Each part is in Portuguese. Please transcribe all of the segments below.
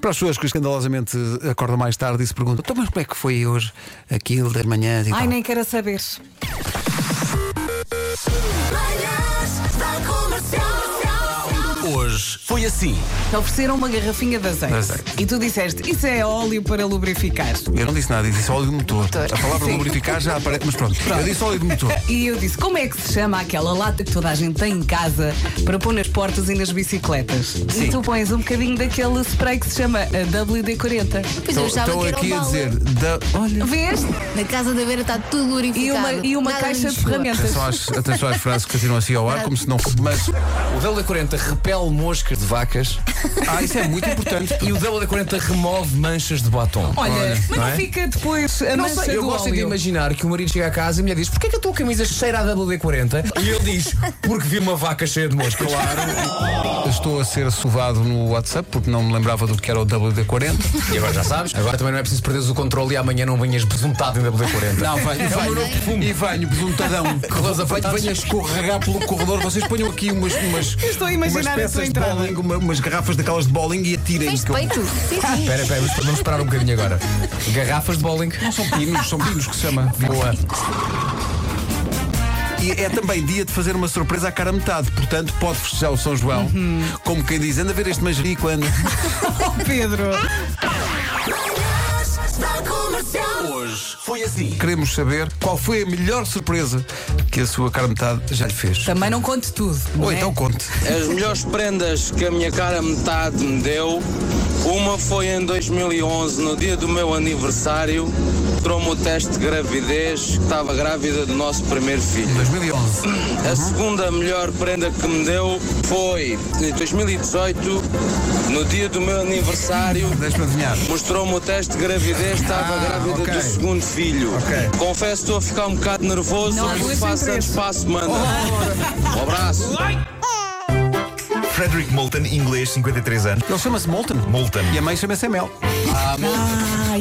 Para as pessoas que escandalosamente acordam mais tarde e se perguntam, então, mas como é que foi hoje aquilo das manhãs e Ai, tal? nem quero saber. Ah, Hoje foi assim. Te ofereceram uma garrafinha de azeite. Azeite. E tu disseste, isso é óleo para lubrificar. Eu não disse nada, eu disse óleo de motor. A palavra Sim. lubrificar já aparece, mas pronto. Eu disse óleo de motor. E eu disse, como é que se chama aquela lata que toda a gente tem em casa para pôr nas portas e nas bicicletas? E tu pões um bocadinho daquele spray que se chama a WD-40. Pois eu achava que era Então, aqui um a balde. dizer, da, olha, Vês? Na casa da Vera está tudo glorificado. E uma, e uma Nada caixa nos de chegou. ferramentas. atenção às, atenção às frases que continuam assim ao ar, como se não fosse. Mas, O WD-40 repele moscas de vacas ah, isso é muito importante. e o WD-40 remove manchas de batom. Olha, Olha, mas não não é? fica depois a Não mancha sei, eu do gosto óleo. de imaginar que o marido chega à casa e a mulher diz: Porquê que a tua camisa cheira a WD-40? E ele diz: Porque vi uma vaca cheia de moscas. Claro. Estou a ser sovado no WhatsApp porque não me lembrava do que era o WD-40. E agora já sabes, agora também não é preciso perderes o controle e amanhã não venhas besuntado em WD-40. Não, venho, e É meu venho, novo perfume. e venho um besuntadão. Rosa venho, Fantasma. venho a escorregar pelo corredor. Vocês ponham aqui umas, umas, estou a imaginar umas a peças tua de entrada. bowling, uma- umas garrafas daquelas de bowling e atirem. Tens que eu- peito? Sim, sim. Espera, espera, vamos- vamos esperar um bocadinho agora. Garrafas de bowling. Não são pinos, são pinos que se chama. Boa. E é também dia de fazer uma surpresa à cara metade. Portanto, pode festejar o São João. Uhum. Como quem diz, anda a ver este manjeri quando. Oh, Pedro. Hoje foi assim. Queremos saber qual foi a melhor surpresa que a sua cara metade já lhe fez. Também não conte tudo. não Ou é? então conte. As melhores prendas que a minha cara metade me deu, uma foi em 2011, no dia do meu aniversário, trouxe-me o teste de gravidez, que estava grávida do nosso primeiro filho. 2011. A segunda melhor prenda que me deu foi em 2018, no dia do meu aniversário. Deixa-me adivinhar. Mostrou-me o teste de gravidez, estava Ah, grávida ok. do segundo filho. Ok. Confesso estou a ficar um bocado nervoso, Não, mas isso faço interessa. antes, faço, manda. Oh. Um abraço. Frederick Moulton, inglês, 53 anos. Ele chama-se Molten. Moulton. E a mãe chama-se Mel.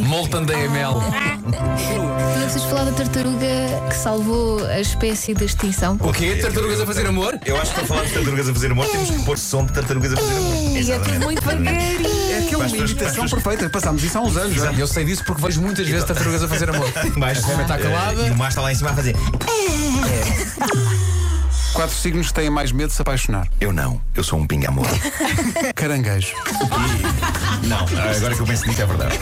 Molten da ML. Não precisas falar da tartaruga que salvou a espécie da extinção. O quê? Tartarugas a fazer amor? Eu acho que para falar de tartarugas a fazer amor temos que pôr som de tartarugas a fazer amor. E é tudo muito vagarinho. É aquela Para as pessoas- para imitação as pessoas- perfeita. Passámos isso há uns anos. Eu sei disso porque vejo muitas vezes tartarugas a fazer amor. Então. Mas é eh, A Fêmea está E calada. o mais está lá em cima a fazer. Quatro signos que têm mais medo de se apaixonar: Eu não, eu sou um pingamor. caranguejo. não, agora que eu penso nisso é verdade.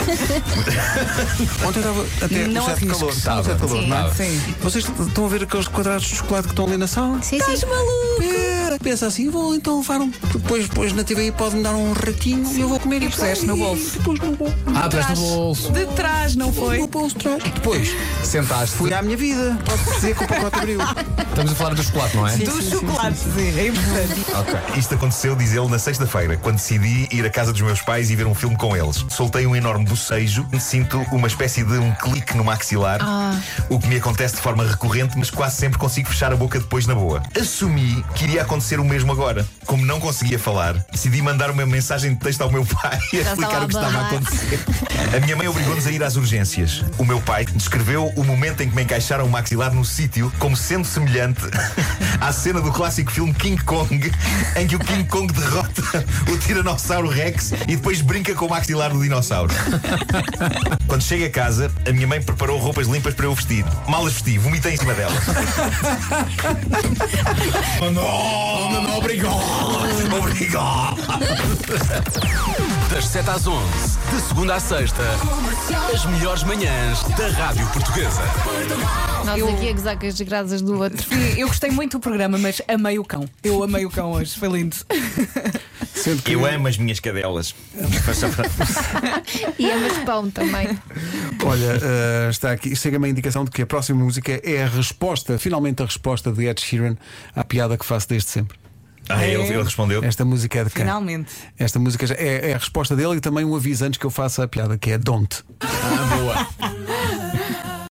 Ontem estava até Não um certo arrisques. calor. Estava um certo calor, Sim. não é? Sim. Vocês estão a ver aqueles quadrados de chocolate que estão ali na sala? Sim, sim. É, Pensa assim, vou então levar um. Depois, depois na TV pode-me dar um ratinho e eu vou comer E puseste no bolso. Depois no bolso. Ah, peste no bolso. De trás, não foi? No bolso trás. Depois Sentaste. fui à minha vida. Posso dizer que o pacote abriu. Estamos a falar do chocolate, não é? Do chocolate, sim. É importante. Isto aconteceu, diz ele, na sexta-feira, quando decidi ir à casa dos meus pais e ver um filme com eles. Soltei um enorme bocejo e sinto uma espécie de um clique no maxilar, Ah. o que me acontece de forma recorrente, mas quase sempre consigo fechar a boca depois na boa. Assumi que iria acontecer o mesmo agora. Como não conseguia falar, decidi mandar uma mensagem de texto ao meu pai a explicar estava o que a estava a barrar. acontecer. A minha mãe obrigou-nos a ir às urgências. O meu pai descreveu o momento em que me encaixaram o maxilar no sítio como sendo semelhante à cena do clássico filme King Kong, em que o King Kong derrota o Tiranossauro Rex e depois brinca com o maxilar do dinossauro. Quando chego a casa, a minha mãe preparou roupas limpas para eu vestir. Mal as vesti, vomitei em cima dela. oh, não! Não me obrigou! Obrigou! Das 7 às 11, de segunda à sexta, as melhores manhãs da Rádio Portuguesa. Nós aqui a gozar com as graças do outro. Sim, Eu gostei muito do programa, mas amei o cão. Eu amei o cão hoje. Foi lindo. Sendo que Eu amo as minhas cadelas. é E amas pão também. Olha, eh, está aqui, chega-me a indicação de que a próxima música é a resposta, finalmente a resposta de Ed Sheeran à piada que faço desde sempre. Ah, ele, ele respondeu. Esta música é de quem? Finalmente. Esta música já- é, é a resposta dele e também um aviso antes que eu faça a piada, que é Don't. Ah, boa.